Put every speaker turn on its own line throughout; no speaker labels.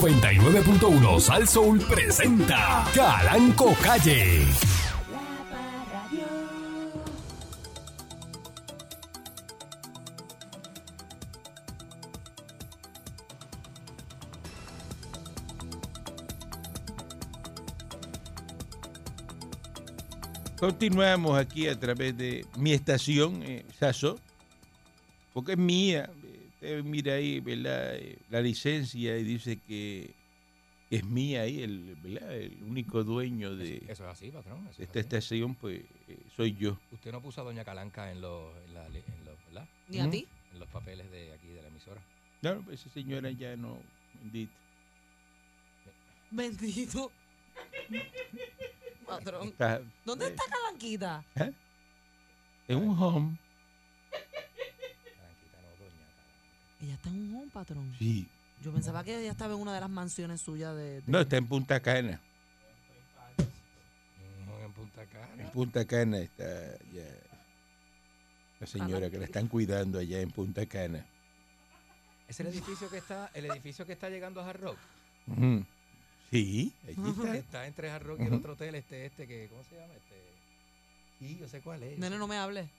99.1 Sal Soul presenta Calanco Calle.
Continuamos aquí a través de mi estación, eh, Saso, porque es mía. Eh, Usted mira ahí, ¿verdad? Eh, La licencia y dice que es mía ahí, el, ¿verdad? El único dueño de,
Eso, eso es así, patrón. eso
de
es
esta
así.
estación, pues eh, soy yo.
Usted no puso a Doña Calanca en los, en la li- en los, ¿verdad?
Ni a
Ujú.
ti.
En los papeles de aquí de la emisora.
Claro, pues esa señora ya no, bendita.
Bendito. Patrón.
Está,
¿Dónde está Calanquita?
en un home.
Calanquita, no, Doña Calanca.
Ella está en un home, patrón.
Sí.
Yo pensaba que ella estaba en una de las mansiones suyas de. de-
No, está en Punta Cana.
No, en Punta
En
Cana.
Punta Cana está ya la señora que la están cuidando allá en Punta Cana.
Es el edificio que está, el edificio que está llegando a Hard Rock.
Ujú. Sí, allí
que
está.
Está entre Hard Rock y el otro hotel, este, este, que, ¿cómo se llama? Este. Sí, yo sé cuál es.
Nene, no me hable.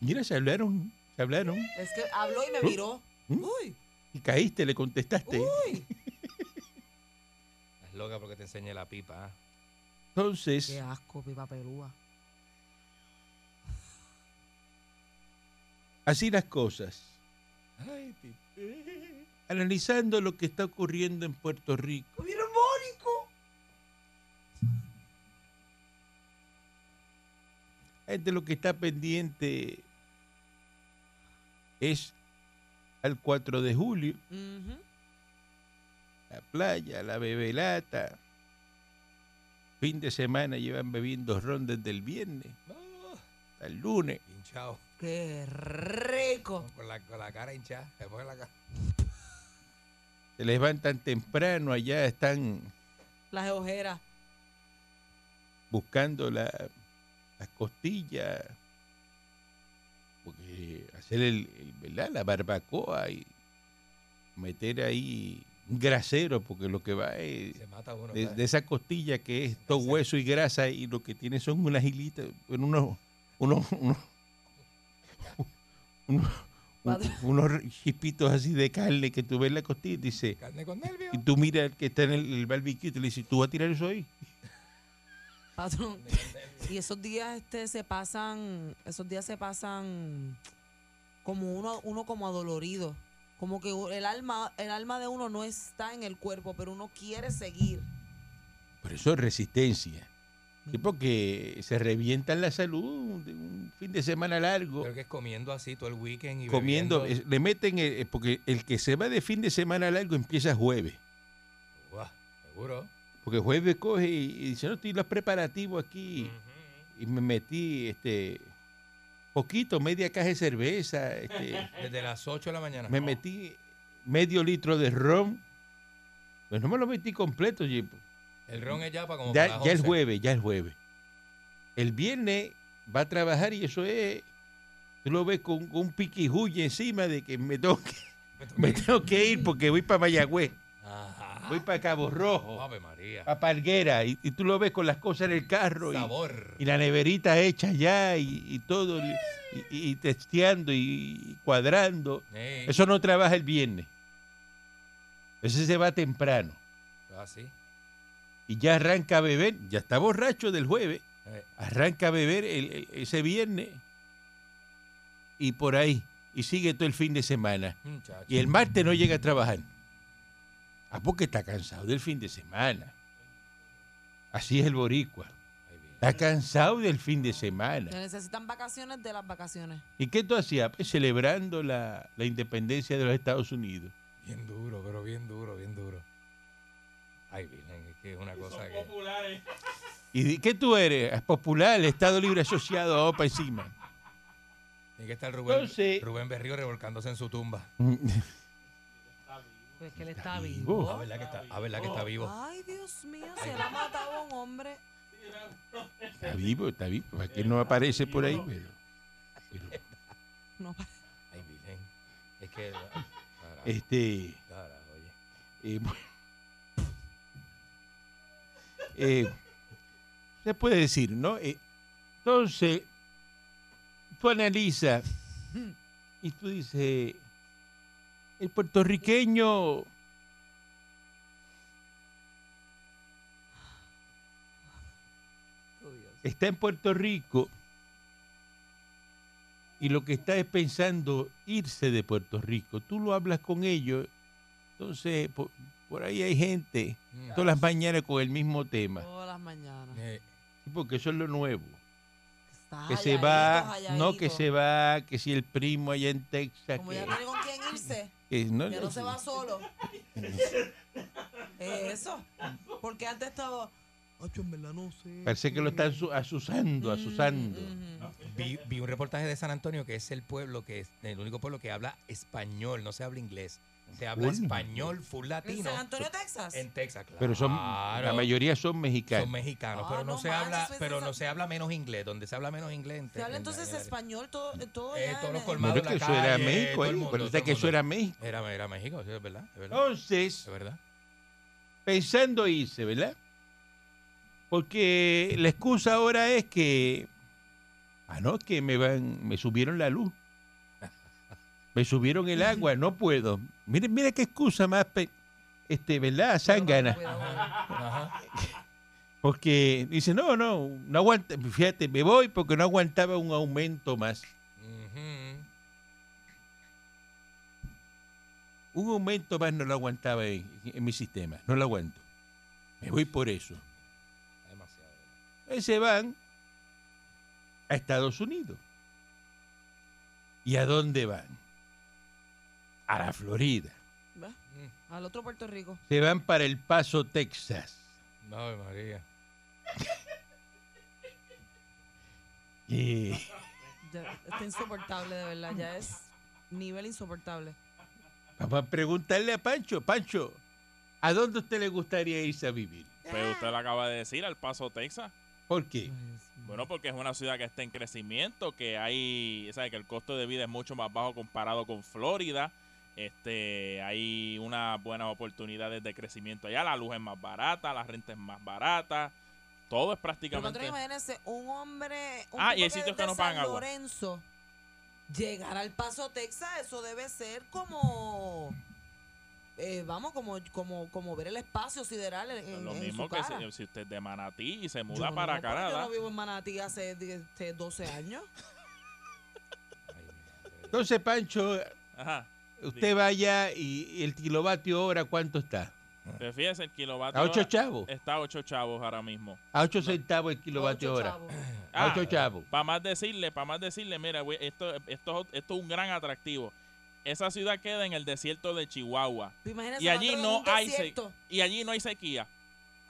Mira, se hablaron, se hablaron.
Es que habló y me miró.
¿Mm?
Uy,
Y caíste, le contestaste.
uy.
Estás loca porque te enseñé la pipa. ¿ah?
Entonces,
Qué asco, pipa pelúa.
así las cosas.
Ay, pi-
Analizando lo que está ocurriendo en Puerto Rico.
¡Mira, Mónico!
La gente lo que está pendiente es al 4 de julio, la playa, la bebelata. Fin de semana llevan bebiendo ron desde el viernes
no,
hasta el lunes.
hinchado.
¡Qué rico!
Con la, con la cara hinchada. Se pone la cara.
Se levantan temprano, allá están
Las ojeras.
buscando la- las costillas, porque hacer el, el- ¿verdad? la barbacoa y meter ahí un grasero, porque lo que va es
Se mata uno.
de,
¿sabes?
de esa costilla que es todo hueso y grasa y lo que tiene son unas hilitas, bueno, unos, unos, unos, unos,
Padre.
unos chispitos así de carne que tú ves en la costilla y dice,
Carne con nervios.
y tú miras el que está en el, el barbecue y te le dices, ¿tú vas a tirar eso ahí?
Patrón. Y esos días este se pasan, esos días se pasan como uno, uno como adolorido. Como que el alma, el alma de uno no está en el cuerpo, pero uno quiere seguir.
Pero eso es resistencia. Sí,
Mm.
porque se revienta en la salud de un fin de semana largo.
Creo que es comiendo así todo el weekend y
Comiendo,
bebiendo.
es- le meten, el- porque el que se va de fin de semana largo empieza jueves.
Uah, seguro.
Porque jueves coge y, y dice, no, estoy en los preparativos aquí. Y me metí, este, poquito, media caja de cerveza. Este,
Desde las 8 de la mañana.
me metí medio litro de ron. Pues no me lo metí completo, oye,
El ron es ya para como para
ya,
las
ya el
11.
jueves, ya el jueves. El viernes va a trabajar y eso es. Tú lo ves con, con un piquijuy encima de que me tengo que,
Me toqué.
me tengo que ir porque voy para Mayagüez,
Ajá.
voy para Cabo Rojo,
Ave María.
para Parguera. Y, y tú lo ves con las cosas en el carro y,
Sabor.
y la neverita hecha ya y, y todo, y, y- y testeando y cuadrando.
Ey,
Eso no trabaja el viernes. Ese se va temprano
Así.
y ya arranca a beber, ya está borracho del jueves.
Eh,
arranca a beber el- el- ese viernes y por ahí, y sigue todo el fin de semana.
muchacho.
Y el martes no llega a trabajar. Ah, porque está cansado del fin de semana. Así es el boricua.
Ahí viene.
Está cansado del fin de
Se
semana.
necesitan vacaciones de las vacaciones.
¿Y qué tú hacías? Pues celebrando la, la independencia de los Estados Unidos.
Bien duro, pero bien duro, bien duro. Ay, Virgen, es que es una cosa que.
¿Y de qué tú eres? Popular, Estado Libre Asociado, vamos para encima.
Tiene que estar Rubén,
Entonces-
Rubén Berrío revolcándose en su tumba.
Pues que él está
vivo.
A
vivo.
Ah, verdad que está, a verdad que está vivo.
Ay, Dios mío, se la ha matado a un hombre.
Está vivo, está vivo. ¿Para qué no aparece por ahí? Pero, pero,
No,
Ay, Virgen. Es que. Carajo,
este.
carajo, oye.
Eh, bueno. Eh, se puede decir, ¿no? Eh, entonces, tú analizas y tú dices, el puertorriqueño
Oh, Dios.
está en Puerto Rico y lo que está es pensando irse de Puerto Rico. Tú lo hablas con ellos, entonces por, por ahí hay gente
Mm.
todas las mañanas con el mismo tema,
Todas las mañanas.
Eh,
Sí, porque eso es lo nuevo.
Está
Que se
halladito,
va, no
halladito.
que se va, que si el primo allá en Texas,
Como
que,
ya tiene con quién irse,
que no,
ya no se va solo. Eh, Eso. Porque antes estaba. Acho, en verdad no sé.
parece que lo están su- asusando, asusando.
Mm, ujú.
vi, vi un reportaje de San Antonio que es el pueblo que es el único pueblo que habla español, no se habla inglés. Se habla
Coño.
español full
En
latino
San Antonio, Texas.
en Texas, claro.
Pero son, la mayoría son
son
mexicanos.
mexicanos,
Ah,
pero no,
no
se
manches,
habla,
eso es
pero
esa-
no se habla menos inglés, donde se habla menos inglés. en-
Se habla
en-
entonces
en- en-
español todo, todo
Eh,
ya
todos
en-
los
en-
colmados.
Pero es
la
que eso era
calle,
México,
todo el
ahí,
mundo,
acuérdate
todo
que
el
eso
mundo.
era México.
Era, era México, sí, es verdad, es verdad.
Oh, Entonces,
es verdad.
pensando irse, ¿verdad? Porque la excusa ahora es que, ah, no, que me van, me subieron la luz, me subieron el agua, no puedo. Mire, mire qué excusa más, pe- este, ¿verdad? Sangana.
Cuidado,
Ajá.
Porque dice, no, no, no aguanta, fíjate, me voy porque no aguantaba un aumento más.
Ujú.
Un aumento más no lo aguantaba en, en mi sistema, no lo aguanto. Me voy por eso.
Demasiado.
Ahí se van a Estados Unidos. ¿Y a dónde van? A la Florida.
¿verdad?
Mm,
Al otro Puerto Rico.
Se van para El Paso, Texas.
No, María.
Y
Ya, está insoportable, de verdad. Ya es nivel insoportable.
vamos a preguntarle a Pancho, Pancho, ¿a dónde a usted le gustaría irse a vivir?
Pero usted lo
Ah.
acaba de decir, al Paso, Texas.
¿Por qué?
Bueno, porque es una ciudad que está en crecimiento, que hay, sabe que el costo de vida es mucho más bajo comparado con Florida. Este, hay unas buenas oportunidades de crecimiento allá, la luz es más barata, la renta es más barata, todo es
Pero
prácticamente.
patrón, imagínese un hombre. Un
Ah, y
tipo
hay sitios
desde
que no pagan
San
agua.
Lorenzo, llegar al Paso, Texas, eso debe ser como. eh, vamos, como, como, como ver el espacio sideral en, en-
lo
en
mismo
su
que
cara.
si, si usted es de Manatí y se
Yo
muda
no,
para
papi, Yo
Canadá.
no vivo en Manatí hace die- este, 12 años.
Ay, mi madre.
Entonces, Pancho,
Ajá.
usted vaya y el kilovatio hora, ¿cuánto está?
Pero fíjese, el kilovatio
Ah. A ocho
hora Eh,
chavos.
está a 8 chavos ahora mismo.
A ocho centavos el kilovatio
Ocho
hora.
chavos.
A
Ah,
ocho chavos.
Para más decirle, para más decirle, mira, güey, esto, esto, esto es un gran atractivo. Esa ciudad queda en el desierto de Chihuahua.
Tú imagínate,
Y allí
patrón,
no
un
hay se-
desierto.
Y allí no hay sequía.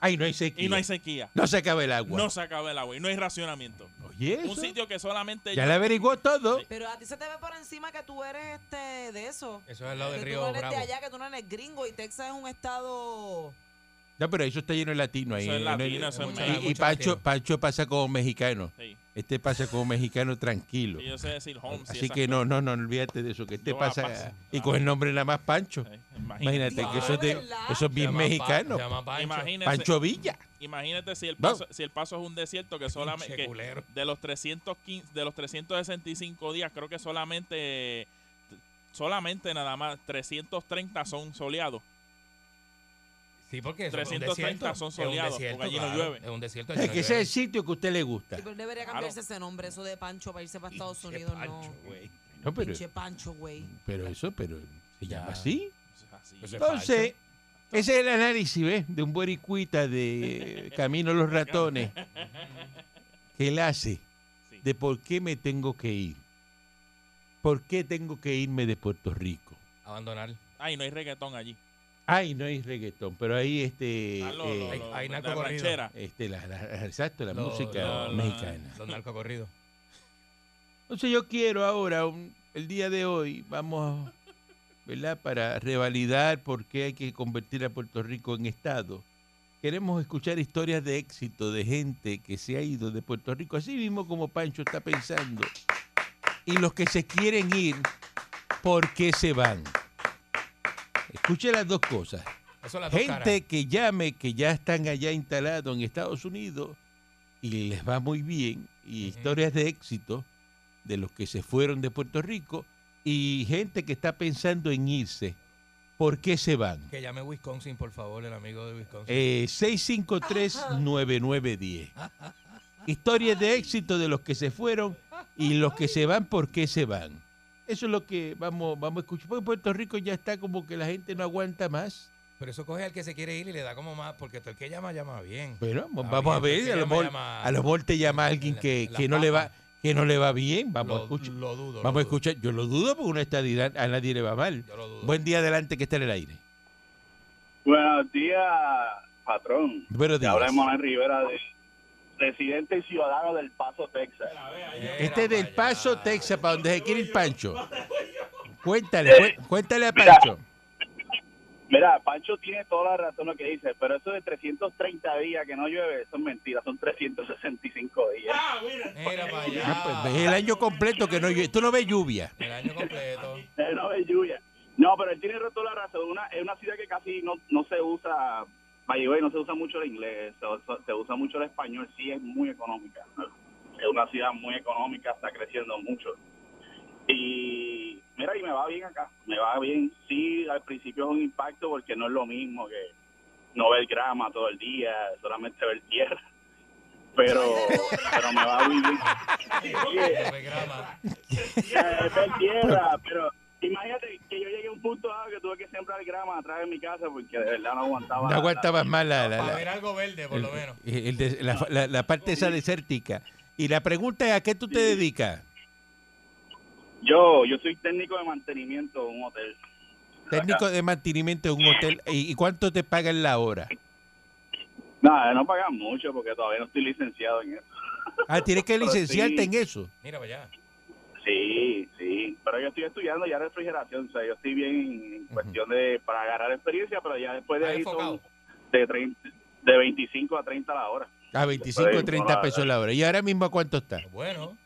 Ahí no hay sequía.
Y no hay sequía.
No se acaba el agua.
No se acaba el agua y no hay racionamiento.
Oye,
Un
eso,
sitio que solamente...
ya le averiguó todo.
Pero a ti se te ve por encima que tú eres este de eso.
Eso es al lado
Que
del
tú no
río
eres
Bravo.
de allá, que tú no eres gringo y Texas es un estado.
No, pero eso está lleno de latino ahí.
Eso es
no hay-
latino, eso
es
y-
mexicano.
y
Mucho
Pancho,
latino.
Pancho pasa como mexicano.
Sí.
Este pasa como mexicano tranquilo.
Y yo sé decir Holmes. y
Así
esas
que no, no, no, olvídate de eso, que este
No,
pasa.
pasa.
Y con el nombre nada más Pancho.
cosas. Eh, Imagínate.
Imagínate que eso es, de-
¿verdad?
eso es
Se
bien
llama
mexicano.
Pa- se llama Pancho.
Imagínese-
Pancho Villa.
Imagínate si el
No.
paso, si el paso es un desierto que solamente...
Pinche
que
culero.
de los 315, de los 365 días, creo que solamente... Solamente nada más 330 son soleados.
Sí, porque eso es un
330
desierto.
son
Es un
soleados,
desierto,
porque allí no
claro.
llueve.
Es un desierto. allí
Es
no
que ese es
llueve.
el sitio que a usted le gusta.
Sí, pero debería
Claro.
cambiarse ese nombre, eso de Pancho para irse para Estados
Pinche
Unidos,
Pancho,
no.
güey.
No, pero,
Pinche Pancho, güey.
pero eso, pero se
Ya.
llama así.
Así.
Pues es
Entonces, ese es el análisis, ¿ves? De un boricuita de eh, Camino a los Ratones. Que él hace
Sí.
de por qué me tengo que ir. ¿Por qué tengo que irme de Puerto Rico?
Abandonar.
Ay, no hay reggaetón allí.
Ay, no hay reggaetón, pero ahí este,
Ah, lo-
eh,
lo-
hay-
lo-
hay
la
narco corrido.
ranchera.
este la, la- exacto, la
Lo-
música
lo-
lo-
mexicana.
Los narcocorridos.
Entonces yo quiero ahora, un- el día de hoy, vamos, ¿verdad? Para revalidar por qué hay que convertir a Puerto Rico en Estado. Queremos escuchar historias de éxito de gente que se ha ido de Puerto Rico, así mismo como Pancho está pensando. Y los que se quieren ir, ¿por qué se van? Escuche las dos cosas.
Eso son las dos caras.
Gente que llame, que ya están allá instalados en Estados Unidos y les va muy bien, y
Ujú.
historias de éxito de los que se fueron de Puerto Rico, y gente que está pensando en irse. ¿Por qué se van?
Que llame Wisconsin, por favor, el amigo de Wisconsin.
Eh, 653-9910. Historias de éxito de los que se fueron y los que se van, ¿por qué se van? Eso es lo que vamos, vamos a escuchar. Porque Puerto Rico ya está como que la gente no aguanta más.
Pero eso coge al que se quiere ir y le da como más, porque todo el que llama, llama bien.
Pero vamos,
Ah,
vamos a
bien,
ver, a
pero
lo,
es que
mejor,
llama- llama-
a lo mejor te llama alguien
la-
que,
la
que no le va
papa.
que no le va bien, vamos a
lo,
escuchar.
lo dudo. lo
Vamos a
dudo.
escuchar, yo lo dudo porque una estadidad a nadie le va mal.
Yo lo dudo.
Buen día adelante que está en el aire.
Buenos días, patrón.
Buenos
Te
días.
habla Manuel Rivera, de, residente y ciudadano del Paso, Texas.
Este es del
Mira,
Paso,
vaya.
Texas, para donde se quiere ir Pancho.
Eh,
Cuéntale, cué- cuéntale a Pancho.
Mira, Pancho tiene toda la razón lo que dice, pero eso de 330 días que no llueve, eso es mentira, son 365 días.
Mira para
Ah,
allá.
pues, es el año completo que no llueve. Tú no ves lluvia.
El año completo.
Eh, No es lluvia. No, pero él tiene toda la razón. Una, es una ciudad que casi no, no se usa, by the way, no se usa mucho el inglés, se, usa- se usa mucho el español, sí es muy económica. Es una ciudad muy económica, está creciendo mucho. Y mira, y me va bien acá, me va bien. Sí, al principio es un impacto porque no es lo mismo que no ver grama todo el día, solamente ver tierra. Pero, pero me va muy bien.
Pues, grama.
Eh, ver tierra, pero imagínate que yo llegué a un punto ah, que tuve que sembrar grama atrás de mi casa porque de verdad no aguantaba.
No aguantabas más la, la-
Para
la-
ver algo verde, por lo menos.
el- el des- la- la- la parte esa desértica. Y la pregunta es, ¿a qué tú te dedicas?
Yo, yo soy técnico de mantenimiento de un hotel.
Técnico de mantenimiento de un hotel. ¿Y y cuánto te pagan la hora?
Nada, no pagan mucho porque todavía no estoy licenciado en eso.
Ah, tienes que
Pero
licenciarte
sí.
en eso.
Mira para allá.
Sí, sí, pero yo estoy estudiando ya refrigeración, o sea, yo estoy bien en cuestión de para agarrar experiencia, pero ya después de
Está
ahí
enfocado.
son de, 30 de 25 a 30 la hora.
A 25 o 30 pesos la hora. ¿Y ahora mismo a cuánto está?
Pues Bueno.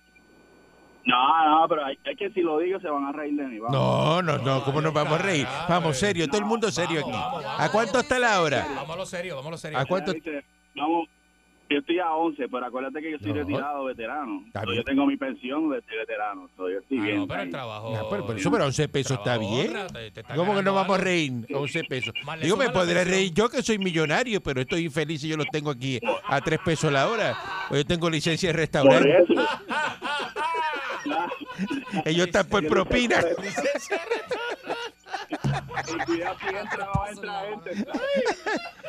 No, no, pero hay- es que si lo digo se van a reír de mí. vamos.
No, no, no, ¿cómo nos vamos a reír?
Caramba,
Vamos,
eh.
serio, todo el mundo serio
vamos,
aquí.
vamos, vamos.
¿A cuánto está la hora?
Vamos a lo serio, vamos a lo serio.
¿A cuánto?
Dice, Vamos, yo estoy a 11, pero acuérdate que yo soy
No.
retirado veterano.
Está
So,
bien.
yo tengo mi pensión de de veterano. so, yo estoy
Ah,
bien.
no, pero el
ahí.
trabajo.
Ah, pero, pero eso, pero 11 pesos está
trabajo
bien.
honra, te- te está
¿Cómo que
ganando
no vamos a
algo?
reír? 11 pesos.
Más le
Digo, me
suma la
podré
pensión.
reír yo que soy millonario, pero estoy infeliz y yo los tengo aquí a 3 pesos la hora. Pues yo tengo licencia de
Por
restaurante.
eso.
Ellos están por propina.
Y cuidado si entra, no entra gente.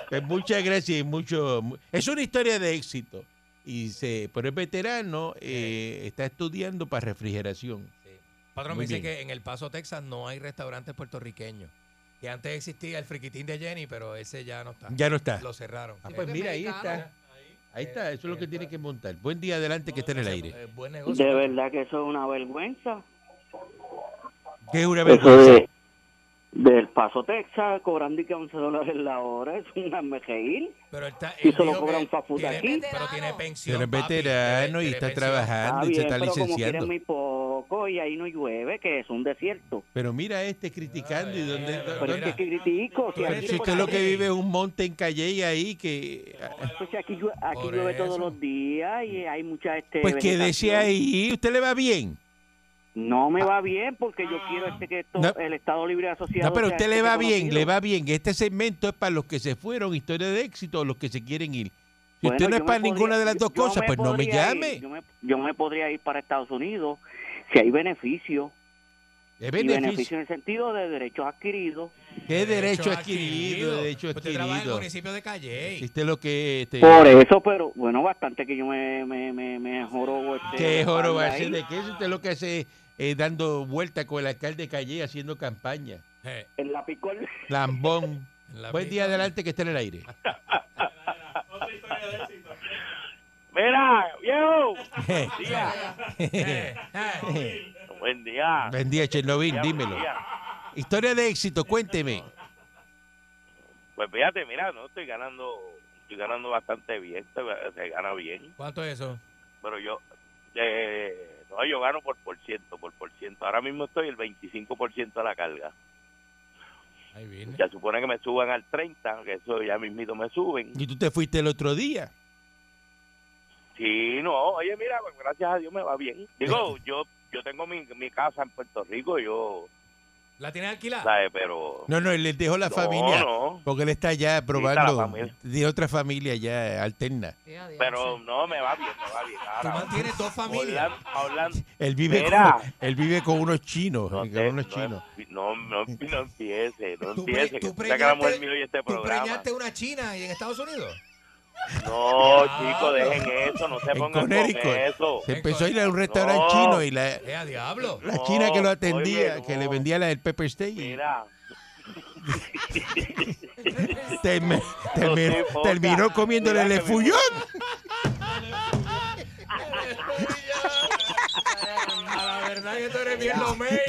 Pues muchas gracias y mucho. mu- Es una historia de éxito. Y se, pero es veterano, eh, está estudiando para refrigeración.
Sí. Patrón, me
Muy
dice
bien.
que en El Paso, Texas, no hay restaurantes puertorriqueños. Que antes existía el friquitín de Jenny, pero ese ya no está.
Ya no está.
Ah. Lo cerraron.
Ah,
Sí.
pues mira, ahí está. Ahí está, eso es lo que tiene que montar. Buen día adelante que está en el aire.
Eh, buen negocio.
De verdad que eso es una vergüenza.
Qué es una
Eso
vergüenza.
de, del Paso Texas, cobrando y que 11 dólares la hora, es una mejeil.
Pero él está.
Y
él
solo
dijo
cobran
que
fast food
tiene-
aquí.
Pero tiene pensión.
Pero es
papi,
veterano y
tiene-
está
tiene pensión.
Está
trabajando y se
bien,
está
pero como
licenciando.
quieren muy poco y ahí no llueve, que es un desierto.
Pero mira este criticando y
Ay,
donde...
ay, ay,
Pero
Mira.
es que critico. Si
Pero
aquí,
Si usted lo que vive es un monte en Calle y ahí que...
pues, si aquí, llue- aquí
Por
llueve todos
eso.
los días y hay mucha este.
Pues que
vegetación.
desea ahí, ¿usted le va bien?
No me va bien porque yo quiero este que esto-
No.
el Estado Libre Asociado.
No, pero a
sea
usted le
este
va bien,
reconocido.
le va bien. Este segmento es para los que se fueron, historia de éxito, o los que se quieren ir. Si
Bueno,
usted no
yo
es
me
para
podría-
ninguna de las dos
yo
cosas, pues no me
podría ir,
llame.
yo, me, yo me podría ir para Estados Unidos si hay beneficio.
Es
Y
beneficio.
beneficio en el sentido de derechos adquiridos.
¿Qué derecho adquirido? Derecho
Usted trabaja en el
adquirido.
municipio de Calle.
Este es lo que... Este,
Por eso, pero bueno, bastante que yo me, me, me, me jorobo. Este,
¿Qué
la
jorobarse
espalda ahí.
de qué? Si usted lo que hace es eh, dando vuelta con el alcalde de Calle haciendo campaña.
Eh,
En la picol.
Lambón.
en la
Buen día
pista.
adelante que está en el aire.
Mira, viejo.
Eh, eh.
Buen día.
Buen día, Chernobyl, dímelo. Historia de éxito, cuénteme.
Pues fíjate, mira, no estoy ganando, estoy ganando bastante bien, se gana bien,
¿Cuánto es eso?
pero yo, eh, no, yo gano por por ciento, por por ciento. Ahora mismo estoy el 25% de la carga.
Ahí viene.
Se supone que me suban al 30, que eso ya mismito me suben.
Y tú te fuiste el otro día.
Sí, no, oye, mira, pues, gracias a Dios me va bien. Digo, yo yo tengo mi, mi casa en Puerto Rico, yo,
¿La tienes alquilada?
¿sabes? Pero...
No, no, él les dejó la
No,
familia.
no.
Porque él está ya
la
probando
familia.
de otra familia ya alterna.
Pero no, me va bien, me va bien.
Tú
Ahora,
mantienes dos familias.
Orlando- Orlando-
Él vive,
Mira.
con, él vive con unos chinos.
No,
con
te-
unos
no
chinos.
em- No, no, no empiece, no
Tú pre-
empiece.
tú
que saca la mujer
preñaste-
mío y este
Tú
programa.
preñaste una china y en Estados Unidos.
No,
Diablo.
Oh, chicos, dejen eso, no se
En
pongan con
Connecticut.
eso.
Se
Ven
empezó
con-
a ir a un restaurante
No.
chino y la,
¡Eh, a diablo!
la china que lo
No,
atendía,
oye,
que
no.
le vendía la del Pepper Steak,
Mira,
termi- termi-
No te pongas.
terminó comiéndole
Mira
el
que me-
fullón.
A la verdad que tú eres bien lo
oye,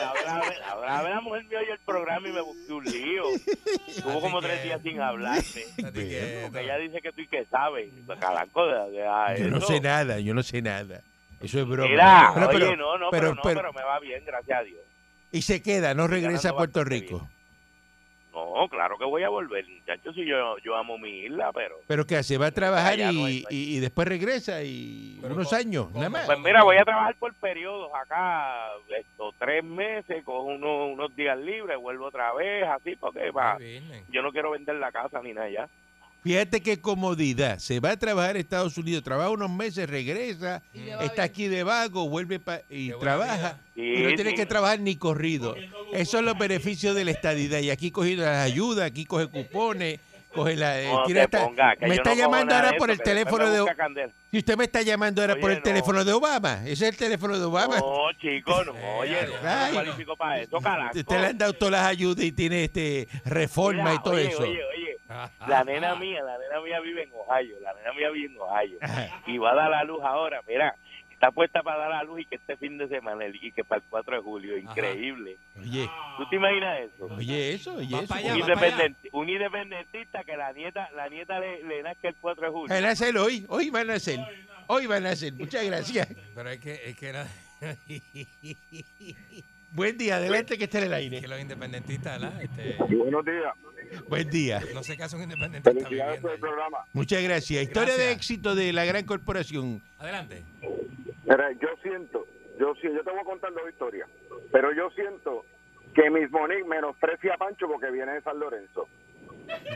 habrá, habrá, habrá la mujer mío y el programa y me busqué un lío. Estuvo
Así
como
que-
tres días sin hablarme. Porque ella
Pero
dice que tú y que pues, sabes. Calanco, deja
Yo no
ah, eso.
sé nada, yo no sé nada. Eso es broma.
Mira,
Pero-
oye,
pero-
no,
pero-
no, pero, no,
pero-
pero me va bien, gracias a Dios.
y se queda, no regresa a
ganando
Puerto
bastante
Rico.
bien. No, claro que voy a volver, muchachos, si yo, yo amo mi isla, pero...
Pero ¿qué hace? Va a trabajar
Allá
y,
no hay país.
y- y después regresa y
Pero
unos
con-
años,
con-
nada más.
Pues mira, voy a trabajar por periodos acá, estos tres meses, cojo uno- unos días libres, vuelvo otra vez, así, porque va. Yo no quiero vender la casa ni nada ya.
Fíjate qué comodidad. Se va a trabajar a Estados Unidos, trabaja unos meses, regresa, está aquí de vago, vuelve pa- y
Qué buena
trabaja.
Sí,
Y no tiene
sí.
que trabajar ni corrido. Esos son los beneficios de la estadidad. Y aquí cogiendo las ayudas, aquí coge cupones, coge la... eh,
No
tiene
te
hasta-
pongas, que
me
yo
está
no cojo
llamando
nada
ahora
de
por
eso,
el
que después
teléfono
me
de...
busca candela.
Si usted me está llamando ahora por
Oye,
el
no.
teléfono de Obama, ese es el teléfono de Obama.
No, chico, no, oye, no,
pues, eh, Ay.
no cualifico para eso, carajo.
Usted le han dado todas las ayudas y tiene este reforma
Mira,
y todo
oye,
eso.
Oye, oye, la nena mía, la nena mía vive en Ohio, la nena mía vive en Ohio.
Ajá.
Y va a dar la luz ahora, mira, está puesta para dar la luz y que este fin de semana el- y que para el 4 de julio, increíble.
Oye,
¿Tú te imaginas eso?
oye eso, oye
Va
eso.
pa' allá,
un,
va pa' allá.
independenti- un independentista que la nieta la nieta le, le nazca el 4 de julio.
Van a hacer hoy, hoy van a hacer. Hoy van a hacer. Muchas gracias.
es que, es que, era-
Buen día, adelante que esté en el
que
aire.
los independentistas, ¿verdad? Este,
Buenos días.
Buen día.
no sé qué hace un independentista
Felicidades
viviendo
por el
allí.
programa.
Muchas gracias. Historia de
Gracias.
éxito de la gran corporación.
Adelante.
Mira, yo siento, yo sí, yo te voy a contar dos historias, pero yo siento que Miss Monique menosprecia a Pancho porque viene de San Lorenzo.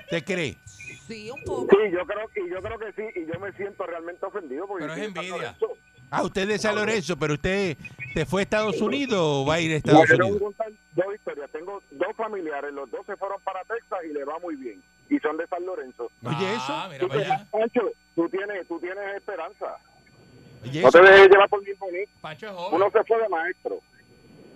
¿Usted cree?
Sí, un poco.
Sí, yo creo, y yo creo que sí, y yo me siento realmente ofendido porque
Pero
yo
es
soy de San
envidia.
Lorenzo.
Ah, usted es de San Lorenzo, pero usted te fue a Estados Unidos o va a ir a
Yo
Estados
te voy a
Unidos.
contar dos historias. Tengo dos familiares, los dos se fueron para Texas y le va muy bien, y son de San Lorenzo.
Oye,
Ah,
eso.
mira para
Entonces,
allá.
Pancho, tú tienes, tú tienes esperanza.
Oye,
No
eso.
te dejes llevar por Miss Monique.
Pancho es
Uno
joven.
se fue de maestro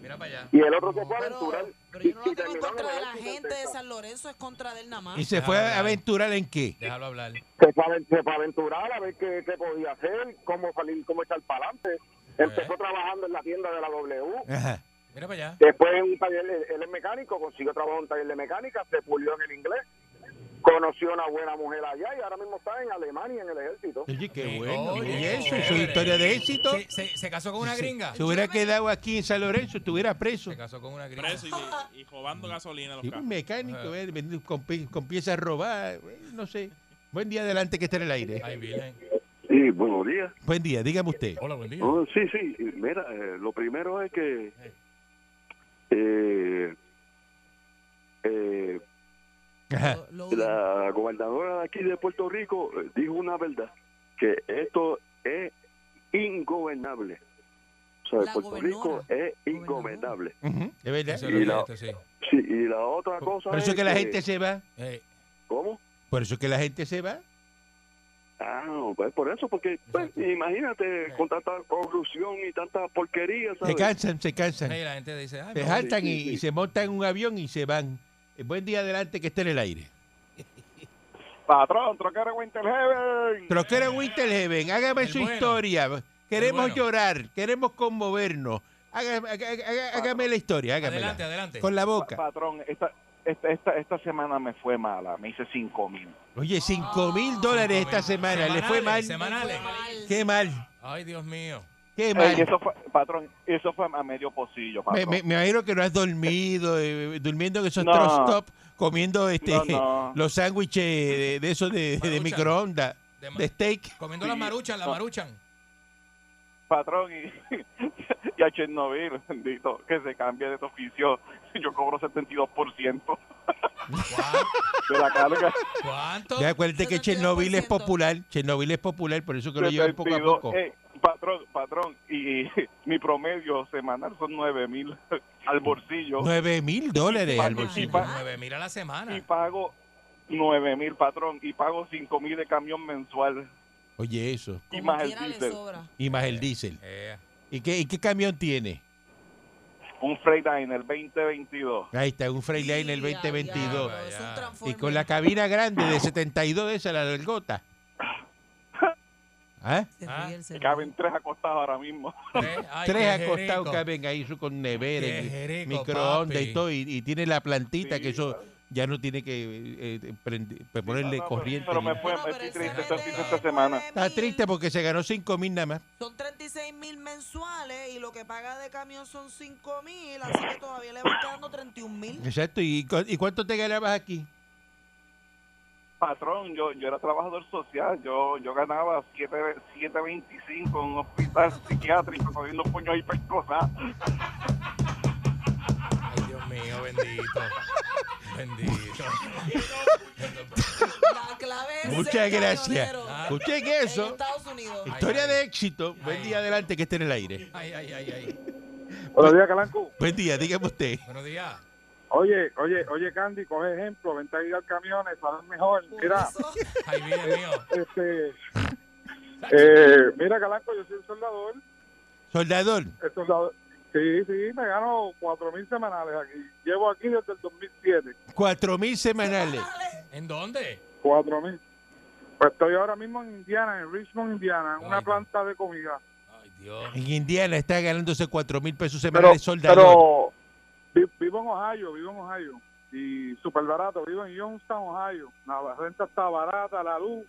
Mira para allá.
y el otro se
No,
fue a
pero,
aventurar.
pero
y-
yo no
y
lo tengo en
terminaron
contra de la
electos en
gente de
Texas.
San Lorenzo, es contra de él nada más.
¿Y se fue
Ah.
a aventurar en qué?
Déjalo hablar.
se fue, a- se fue a aventurar a ver qué, qué podía hacer, cómo salir, cómo echar para adelante.
Pues.
Empezó trabajando en la tienda de la W.
Ajá.
Mira para allá.
Después en un taller, él él es mecánico, consiguió trabajo en un taller de mecánica, se pulió en el inglés, conoció una buena mujer allá y ahora mismo está en Alemania en el ejército.
Oye, qué
Sí,
bueno.
oye,
Oye, eso. Su
chévere.
historia de éxito.
Se, se- se casó con una gringa.
Se hubiera quedado aquí en San Lorenzo, estuviera preso.
Se casó con una gringa.
Preso y, y robando gasolina a los
Sí,
carros.
un mecánico, eh, vendiendo con, pi- con piezas robadas, eh, no sé. Buen día adelante que está en el aire.
Ay, virgen.
Sí, buenos días.
Buen día, dígame usted.
Hola, buen día.
Oh, sí, sí. Mira, eh, lo primero es que eh, eh,
Ajá.
Lo- lo dudo.
la gobernadora de aquí de Puerto Rico eh, dijo una verdad, que esto es ingobernable. O sea,
La
Puerto
gobernadora.
Rico es
Gobernadora.
ingobernable.
Ujú, Es verdad.
Eso es lo
Y
que
la-
esto, sí.
Sí, y la otra cosa
Por eso
es
que la gente se va.
Eh,
¿Cómo?
Por eso que la gente se va.
Ah, no, pues por eso, porque pues,
Exacto.
imagínate
Eh.
con tanta corrupción y tanta porquería,
Se
¿sabes?
cansan, se cansan.
ahí la gente dice, ay,
Se
me-
saltan y,
sí, sí.
y se montan en un avión y se van. Eh, Buen día adelante que está en el aire.
Patrón, troquero Winterheaven.
Troquera Winterheaven, hágame
El
su
bueno.
historia. Queremos
bueno.
llorar, queremos conmovernos. Hágame, haga- haga- hágame la historia, hágamela.
adelante, adelante.
Con la boca.
Patrón, esta, esta, esta, esta semana me fue mala, me hice cinco mil.
Oye, cinco mil dólares esta semana. Le fue mal.
Semanales, semanales.
Mal.
Qué mal,
Ay, Dios mío.
qué
Ey,
mal.
eso fue, patrón, eso fue a medio pocillo,
Me,
patrón.
me- me imagino que no has dormido, eh, durmiendo en esos
No.
truck stop, comiendo este
No, no.
los sándwiches de, de esos de, de microondas, de, steak.
Comiendo las maruchan,
Oh.
las maruchan.
Patrón y, y a Chernobyl, bendito, que se cambie de tu oficio. Yo cobro 72% de la carga.
¿Cuánto?
Ya acuérdate que Chernobyl es popular, Chernobyl es popular, por eso que lo llevan poco a
72,
poco.
eh, patrón, patrón, y mi promedio semanal son 9 mil al bolsillo.
Nueve mil dólares al
Y
bolsillo.
pa-
Nueve mil a la semana.
Y pago 9 mil, patrón, y pago 5 mil de camión mensual.
Oye, eso.
Y más el diésel.
Y más el diésel.
Eh,
¿Y qué, y qué camión tiene?
Un Freightliner 2022.
Ahí está, un Freightliner
Ya,
2022.
ya, es un
y con la cabina grande de 72 de esa, la delgota. ¿Ah?
Ah, Caben tres acostados ahora mismo.
eh,
Tres acostados caben ahí eso con nevera,
Qué
y
rico,
microondas
papi.
y todo. Y, y tiene la plantita que eso ya no tiene que eh, eh, prende- ponerle corriente.
Pero
ni
me
nada.
fue, me estoy triste, estoy triste esta semana.
Está triste porque se ganó 5 mil nada más.
Son 36 mil mensuales y lo que paga de camión son 5 mil, así que todavía le van quedando 31 mil.
Exacto. ¿Y, cu- y cuánto te ganabas aquí?
Patrón, yo, yo era trabajador social, yo, yo ganaba 7 7.25 en un hospital psiquiátrico cogiendo puños y pescosas.
Dios mío, bendito. bendito.
La clave es
Muchas
ser
gracias.
camionero.
Ah.
Escuchen
En
eso.
Estados Unidos.
Historia de éxito. Buen día adelante que esté en el aire.
Ay, ay, ay, ay.
Buenos días, Calanco.
Buen día, dígame usted.
Buenos días.
Oye, oye, oye, Candy, coge ejemplo, vente a guiar camiones, sabes mejor. Mira. Este, eh, mira, Calanco, yo soy un soldador.
Soldador.
el soldador- Sí, sí, me gano cuatro mil semanales aquí. Llevo aquí desde el 2007.
Cuatro mil semanales.
¿En dónde?
Cuatro mil. Pues estoy ahora mismo en Indiana, en Richmond, Indiana, en una planta de comida.
En Indiana está ganándose cuatro mil pesos
Pero,
semanales soldador.
pero vi- vivo en Ohio, vivo en Ohio. Y súper barato, vivo en Youngstown, Ohio. La renta está barata, la luz.